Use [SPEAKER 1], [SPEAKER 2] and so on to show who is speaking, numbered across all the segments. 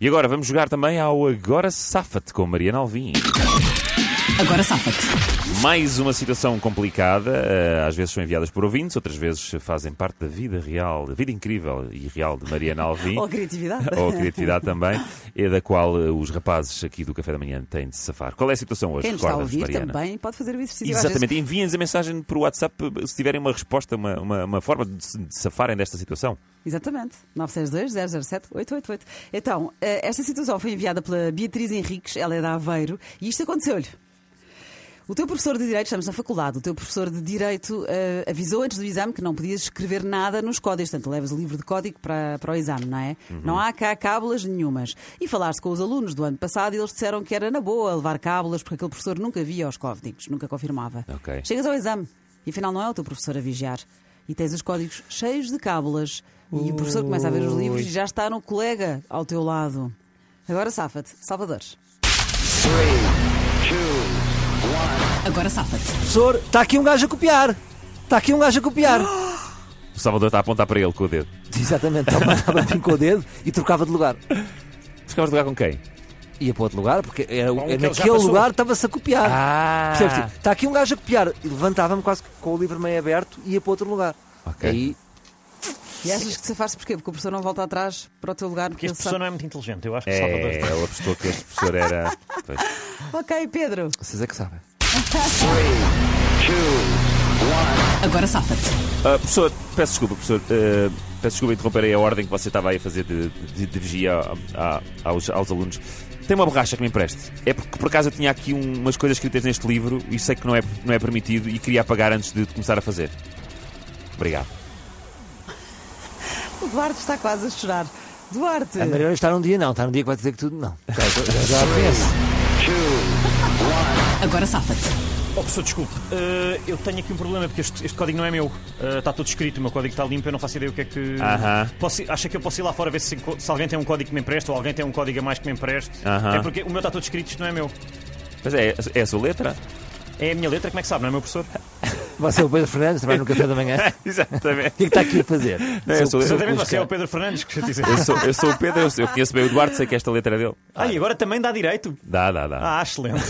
[SPEAKER 1] E agora vamos jogar também ao Agora Safa-te com Mariana Alvim.
[SPEAKER 2] Agora safa-te.
[SPEAKER 1] Mais uma situação complicada, eh, às vezes são enviadas por ouvintes, outras vezes fazem parte da vida real, da vida incrível e real de Mariana Alvim.
[SPEAKER 3] Ou criatividade.
[SPEAKER 1] Ou a criatividade também, é da qual eh, os rapazes aqui do Café da Manhã têm de se safar. Qual é a situação hoje?
[SPEAKER 3] Quem nos está a
[SPEAKER 1] Recorda-nos,
[SPEAKER 3] ouvir
[SPEAKER 1] Mariana.
[SPEAKER 3] também pode fazer o exercício. Eu às vezes
[SPEAKER 1] Exatamente, enviem-nos a mensagem por WhatsApp eh, se tiverem uma resposta, uma, uma, uma forma de se de se safarem desta situação.
[SPEAKER 3] Exatamente. 962-007-888. Então, eh, esta situação foi enviada pela Beatriz Henriques, ela é da Aveiro, e isto aconteceu-lhe. O teu professor de Direito, estamos na faculdade, o teu professor de Direito eh, avisou antes do exame que não podias escrever nada nos códigos, portanto, levas o livro de código para, para o exame, não é? Não há cá cábulas nenhumas. E falaste com os alunos do ano passado e eles disseram que era na boa levar cábulas, porque aquele professor nunca via os códigos, nunca confirmava.
[SPEAKER 1] Ok.
[SPEAKER 3] Chegas ao exame e afinal não é o teu professor a vigiar. E tens os códigos cheios de cábulas. E o professor começa a ver os livros e já está no colega ao teu lado. Agora safa-te, Salvador.
[SPEAKER 2] Agora safa-te.
[SPEAKER 4] Professor, está aqui um gajo a copiar. Está aqui um gajo a copiar.
[SPEAKER 1] O Salvador está a apontar para ele com o dedo.
[SPEAKER 4] Exatamente, ele mandava pim com o dedo e trocava de lugar.
[SPEAKER 1] Ficavas de lugar com quem?
[SPEAKER 4] Ia para outro lugar, porque era,
[SPEAKER 1] Bom,
[SPEAKER 4] era
[SPEAKER 1] aquele já
[SPEAKER 4] naquele
[SPEAKER 1] passou.
[SPEAKER 4] lugar estava-se a copiar.
[SPEAKER 1] Ah!
[SPEAKER 4] Percebes? Está aqui um gajo a copiar. E Levantava-me quase que com o livro meio aberto e ia para outro lugar.
[SPEAKER 1] Ok.
[SPEAKER 4] Aí,
[SPEAKER 3] E achas que te safaste porquê? Porque o professor não volta atrás para o teu lugar. Porque
[SPEAKER 5] Porque este
[SPEAKER 3] ele
[SPEAKER 5] professor não é muito inteligente. Eu acho que o Salvador.
[SPEAKER 1] É, ela apostou que este professor era. Pois.
[SPEAKER 3] sabe. Ok, Pedro.
[SPEAKER 4] vocês é que sabem.
[SPEAKER 2] Agora safa-te.
[SPEAKER 1] Ah, professor, peço desculpa, professor. ah, peço desculpa interromper aí a ordem que você estava aí a fazer de, de, de vigia a- a- aos, aos alunos. Tem uma borracha que me empreste. É porque por acaso eu tinha aqui um- umas coisas escritas neste livro e sei que não é, não é permitido e queria apagar antes de começar a fazer. Obrigado.
[SPEAKER 3] O Duarte está quase a chorar. Duarte.
[SPEAKER 4] A Mariana está num dia, não. Está num dia que vai dizer que tudo, não. Já, já, já conheço.
[SPEAKER 2] Agora safa-te.
[SPEAKER 5] Oh, professor, desculpe. eh, eu tenho aqui um problema porque este, este código não é meu. Eh, está todo escrito, o meu código está limpo, eu não faço ideia o que é que.
[SPEAKER 1] Aham.
[SPEAKER 5] Posso ir- acha que eu posso ir lá fora ver se, enco- se alguém tem um código que me empresta ou alguém tem um código a mais que me empreste?
[SPEAKER 1] Aham.
[SPEAKER 5] É porque o meu está todo escrito, isto não é meu.
[SPEAKER 1] Mas é, é a sua letra?
[SPEAKER 5] É a minha letra, como é que sabe? Não é meu professor?
[SPEAKER 4] Você é o Pedro Fernandes, trabalha no café da manhã. O
[SPEAKER 1] Exatamente.
[SPEAKER 4] que é que está aqui a fazer?
[SPEAKER 1] Não, eu sou-
[SPEAKER 4] Sou-
[SPEAKER 5] Exatamente, você é o
[SPEAKER 4] buscar.
[SPEAKER 5] Pedro Fernandes que eu ia dizer.
[SPEAKER 1] Eu sou, eu sou o Pedro, eu, eu conheço bem o Eduardo, sei que esta letra é dele.
[SPEAKER 5] Ah, e agora também dá direito.
[SPEAKER 1] Dá, dá, dá.
[SPEAKER 5] Ah, excelente.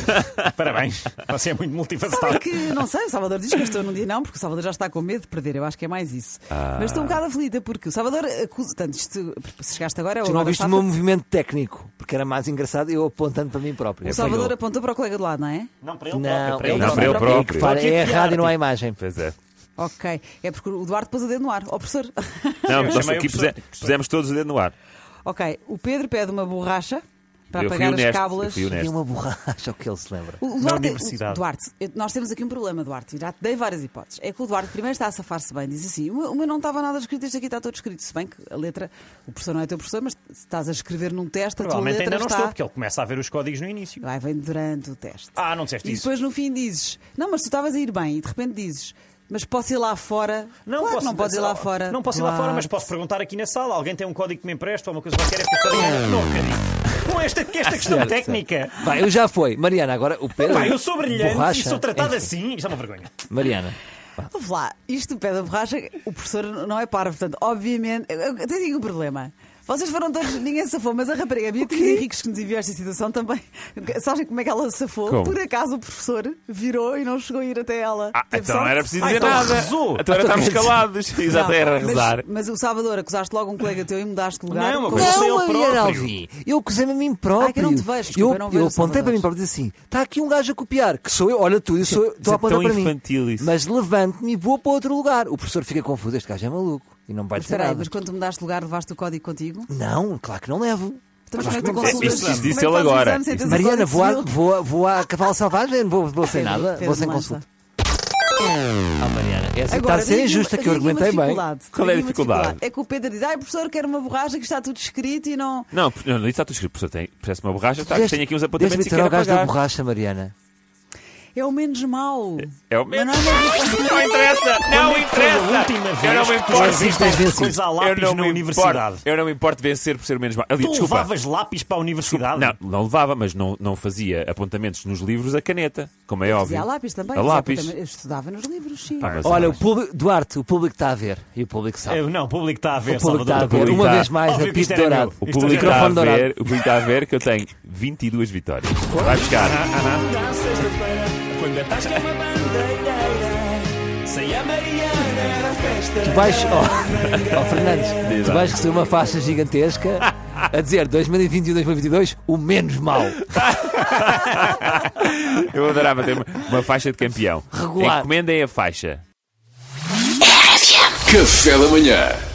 [SPEAKER 5] Parabéns. Você é muito multifacetado.
[SPEAKER 3] Sabe que, não sei, o Salvador diz que eu estou num dia não, porque o Salvador já está com medo de perder. Eu acho que é mais isso.
[SPEAKER 1] Ah.
[SPEAKER 3] Mas estou um bocado aflita, porque o Salvador acusa. Portanto, isto, se chegaste agora, é o
[SPEAKER 4] Tu não
[SPEAKER 3] agora
[SPEAKER 4] viste o
[SPEAKER 3] safa-te.
[SPEAKER 4] meu movimento técnico, porque era mais engraçado eu apontando para mim
[SPEAKER 1] É
[SPEAKER 4] próprio.
[SPEAKER 3] O Salvador apontou para o colega do lado, não é?
[SPEAKER 5] Não, para
[SPEAKER 4] Não,
[SPEAKER 5] próprio,
[SPEAKER 1] Não, para ele próprio.
[SPEAKER 4] É, que fala,
[SPEAKER 5] Estou aqui
[SPEAKER 4] é
[SPEAKER 5] a
[SPEAKER 4] errado e não há
[SPEAKER 5] criar,
[SPEAKER 4] imagem.
[SPEAKER 1] Pois é.
[SPEAKER 3] Ok. É porque o Duarte pôs o dedo no ar. Ó, professor.
[SPEAKER 1] Não,
[SPEAKER 5] Eu
[SPEAKER 1] nós
[SPEAKER 5] chamei o
[SPEAKER 1] aqui
[SPEAKER 5] professor-
[SPEAKER 1] puse- pusemos todos o dedo no ar.
[SPEAKER 3] ok. O Pedro pede uma borracha para
[SPEAKER 1] eu fui
[SPEAKER 3] apagar as
[SPEAKER 1] honesto. Eu
[SPEAKER 3] cábulas.
[SPEAKER 1] fui
[SPEAKER 4] Tem
[SPEAKER 1] honesto.
[SPEAKER 4] uma borracha, o que ele se lembra.
[SPEAKER 3] O
[SPEAKER 5] Na
[SPEAKER 3] Duarte,
[SPEAKER 5] universidade.
[SPEAKER 3] o Duarte, eu- nós temos aqui um problema, Duarte. e Já te dei várias hipóteses. É que o Duarte primeiro está a safar-se bem, diz assim: o meu, o meu não estava nada escrito, este aqui está todo escrito. Se bem que a letra, o professor não é teu professor, mas se estás a escrever num teste, a tua
[SPEAKER 5] Provavelmente
[SPEAKER 3] letra
[SPEAKER 5] ainda não
[SPEAKER 3] está.
[SPEAKER 5] estou, porque ele começa a ver os códigos no início.
[SPEAKER 3] Vai, vem durante o teste.
[SPEAKER 5] Ah, não disseste
[SPEAKER 3] E
[SPEAKER 5] isso.
[SPEAKER 3] depois no fim dizes: Não, mas tu estavas a ir bem, e de repente dizes: Mas posso ir lá fora? claro, que não podes ir lá fora.
[SPEAKER 5] Não posso ir lá fora, mas posso perguntar aqui na sala. Alguém tem um código que me empresta ou uma coisa qualquer? É porque o código não- não acredito. Com esta, com esta questão
[SPEAKER 4] Certo,
[SPEAKER 5] técnica.
[SPEAKER 4] Vai, eu já fui. Mariana, agora o Pedro.
[SPEAKER 5] Pá, eu sou brilhante
[SPEAKER 4] borracha,
[SPEAKER 5] e sou tratado
[SPEAKER 4] enfim.
[SPEAKER 5] assim. Isto é uma vergonha.
[SPEAKER 4] Mariana,
[SPEAKER 3] Ouve lá, isto pé da borracha, o professor não é parvo, portanto, obviamente. Eu, eu tenho aqui um problema. Vocês foram todos, ninguém se safou, mas a rapariga, a Beatriz Henriques, que nos enviou esta situação também, sabem como é que ela se safou?
[SPEAKER 1] Como?
[SPEAKER 3] Por acaso o professor virou e não chegou a ir até ela.
[SPEAKER 1] Ah,
[SPEAKER 3] Teve
[SPEAKER 1] então não
[SPEAKER 3] sorte.
[SPEAKER 1] era preciso
[SPEAKER 5] Ah,
[SPEAKER 1] dizer
[SPEAKER 5] então
[SPEAKER 1] nada.
[SPEAKER 5] rezou.
[SPEAKER 1] Então era estarmos calados. Exato, era
[SPEAKER 3] mas-
[SPEAKER 1] rezar.
[SPEAKER 3] Mas, o Salvador, acusaste logo um colega teu e mudaste de lugar.
[SPEAKER 5] Não, uma
[SPEAKER 3] Com-
[SPEAKER 5] coisa- Você é o
[SPEAKER 4] Mariana
[SPEAKER 5] próprio.
[SPEAKER 4] Alvi, eu acusei-me a mim próprio.
[SPEAKER 3] Ah, que eu não te vejo, desculpa, eu não vejo o
[SPEAKER 4] apontei
[SPEAKER 3] Salvador.
[SPEAKER 4] para mim próprio e disse assim: está aqui um gajo a copiar, que sou eu, olha tu, eu sou, eu,
[SPEAKER 5] é
[SPEAKER 4] estou a apontar
[SPEAKER 1] tão
[SPEAKER 4] para mim.
[SPEAKER 1] infantil isso.
[SPEAKER 4] Mas levanto-me e vou para outro lugar. O professor fica confuso, este gajo é maluco e não vai
[SPEAKER 3] Mas
[SPEAKER 4] dizer
[SPEAKER 3] espera aí,
[SPEAKER 4] nada.
[SPEAKER 3] mas quando tu mudaste de lugar, levaste o código contigo?
[SPEAKER 4] Não, claro que não levo.
[SPEAKER 3] Então, mas como é que tu
[SPEAKER 5] não.
[SPEAKER 3] consultas?
[SPEAKER 5] Isso- isso
[SPEAKER 3] Como
[SPEAKER 1] disse
[SPEAKER 3] é que
[SPEAKER 1] ele
[SPEAKER 3] fazes o
[SPEAKER 1] agora.
[SPEAKER 3] exame sem teres o
[SPEAKER 4] Mariana,
[SPEAKER 3] código
[SPEAKER 4] vou à,
[SPEAKER 3] civil?
[SPEAKER 4] vou, a- vou à cavalo selvagem, vou, vou sem
[SPEAKER 3] Pedro,
[SPEAKER 4] nada,
[SPEAKER 3] Pedro
[SPEAKER 4] vou sem
[SPEAKER 3] Lança.
[SPEAKER 4] consulta. Ah, Mariana, essa está
[SPEAKER 3] Agora,
[SPEAKER 4] a ser
[SPEAKER 3] diga-me-
[SPEAKER 4] injusta que eu
[SPEAKER 3] diga-me uma
[SPEAKER 4] argumentei bem.
[SPEAKER 3] dificuldade.
[SPEAKER 1] Qual é a
[SPEAKER 3] Diga-me uma
[SPEAKER 1] dificuldade?
[SPEAKER 3] É que o Pedro diz, ai professor, quero uma borracha que está tudo escrito e não...
[SPEAKER 1] Não, não,
[SPEAKER 4] tá,
[SPEAKER 5] Tá,
[SPEAKER 1] não, isso está tudo escrito. Professor, tem, parece uma borracha. Está,
[SPEAKER 4] Deste-
[SPEAKER 1] tenho aqui uns
[SPEAKER 4] deste
[SPEAKER 1] apontamentos e
[SPEAKER 4] literal
[SPEAKER 1] quero
[SPEAKER 4] gajo da
[SPEAKER 1] apagar.
[SPEAKER 4] borracha, Mariana.
[SPEAKER 3] É o menos mau.
[SPEAKER 1] É o mesmo.
[SPEAKER 3] Mas não é mesmo.
[SPEAKER 1] Não interessa, não
[SPEAKER 5] é Foi a
[SPEAKER 1] interessa.
[SPEAKER 5] última
[SPEAKER 1] Eu
[SPEAKER 5] vez
[SPEAKER 1] não me
[SPEAKER 5] que tu
[SPEAKER 1] importo.
[SPEAKER 5] leviste alguma coisa a
[SPEAKER 1] Eu
[SPEAKER 5] lápis
[SPEAKER 1] não
[SPEAKER 5] na
[SPEAKER 1] me
[SPEAKER 5] universidade.
[SPEAKER 1] importo. Eu não me importo vencer por ser o menos mau. Ali,
[SPEAKER 5] Tu
[SPEAKER 1] desculpa.
[SPEAKER 5] levavas lápis para a universidade?
[SPEAKER 1] Não, não levava, mas não, não fazia apontamentos nos livros a caneta, como é óbvio.
[SPEAKER 3] Fazia a lápis também.
[SPEAKER 1] A
[SPEAKER 3] fazia
[SPEAKER 1] lápis.
[SPEAKER 3] apontamentos. Eu estudava nos livros, sim.
[SPEAKER 1] Ah, mas-
[SPEAKER 4] Olha, o público, Duarte, o público está a ver. E o público sabe.
[SPEAKER 5] Eu, não, o público está a ver,
[SPEAKER 4] o público está a
[SPEAKER 5] É, Salvador.
[SPEAKER 4] ver.
[SPEAKER 1] público
[SPEAKER 4] Uma
[SPEAKER 1] está-
[SPEAKER 4] vez mais,
[SPEAKER 5] Óbvio
[SPEAKER 4] a
[SPEAKER 5] que isto
[SPEAKER 4] pipo
[SPEAKER 5] era meu.
[SPEAKER 4] dourado.
[SPEAKER 1] O
[SPEAKER 5] Isto
[SPEAKER 1] público está a
[SPEAKER 5] é
[SPEAKER 4] microfone dourado.
[SPEAKER 1] ver, o público está a ver que eu tenho 22 vitórias. Vai buscar.
[SPEAKER 6] Sexta-feira, quando a tasca é uma bandeira, sem a Mariana era festa.
[SPEAKER 4] Tu vais, oh, oh, Fernandes, tu vais receber uma faixa gigantesca a dizer 2021, 2022, o menos mau.
[SPEAKER 1] Eu adorava ter uma, uma faixa de campeão.
[SPEAKER 4] Regular.
[SPEAKER 1] Encomendem a faixa.
[SPEAKER 7] Café da Manhã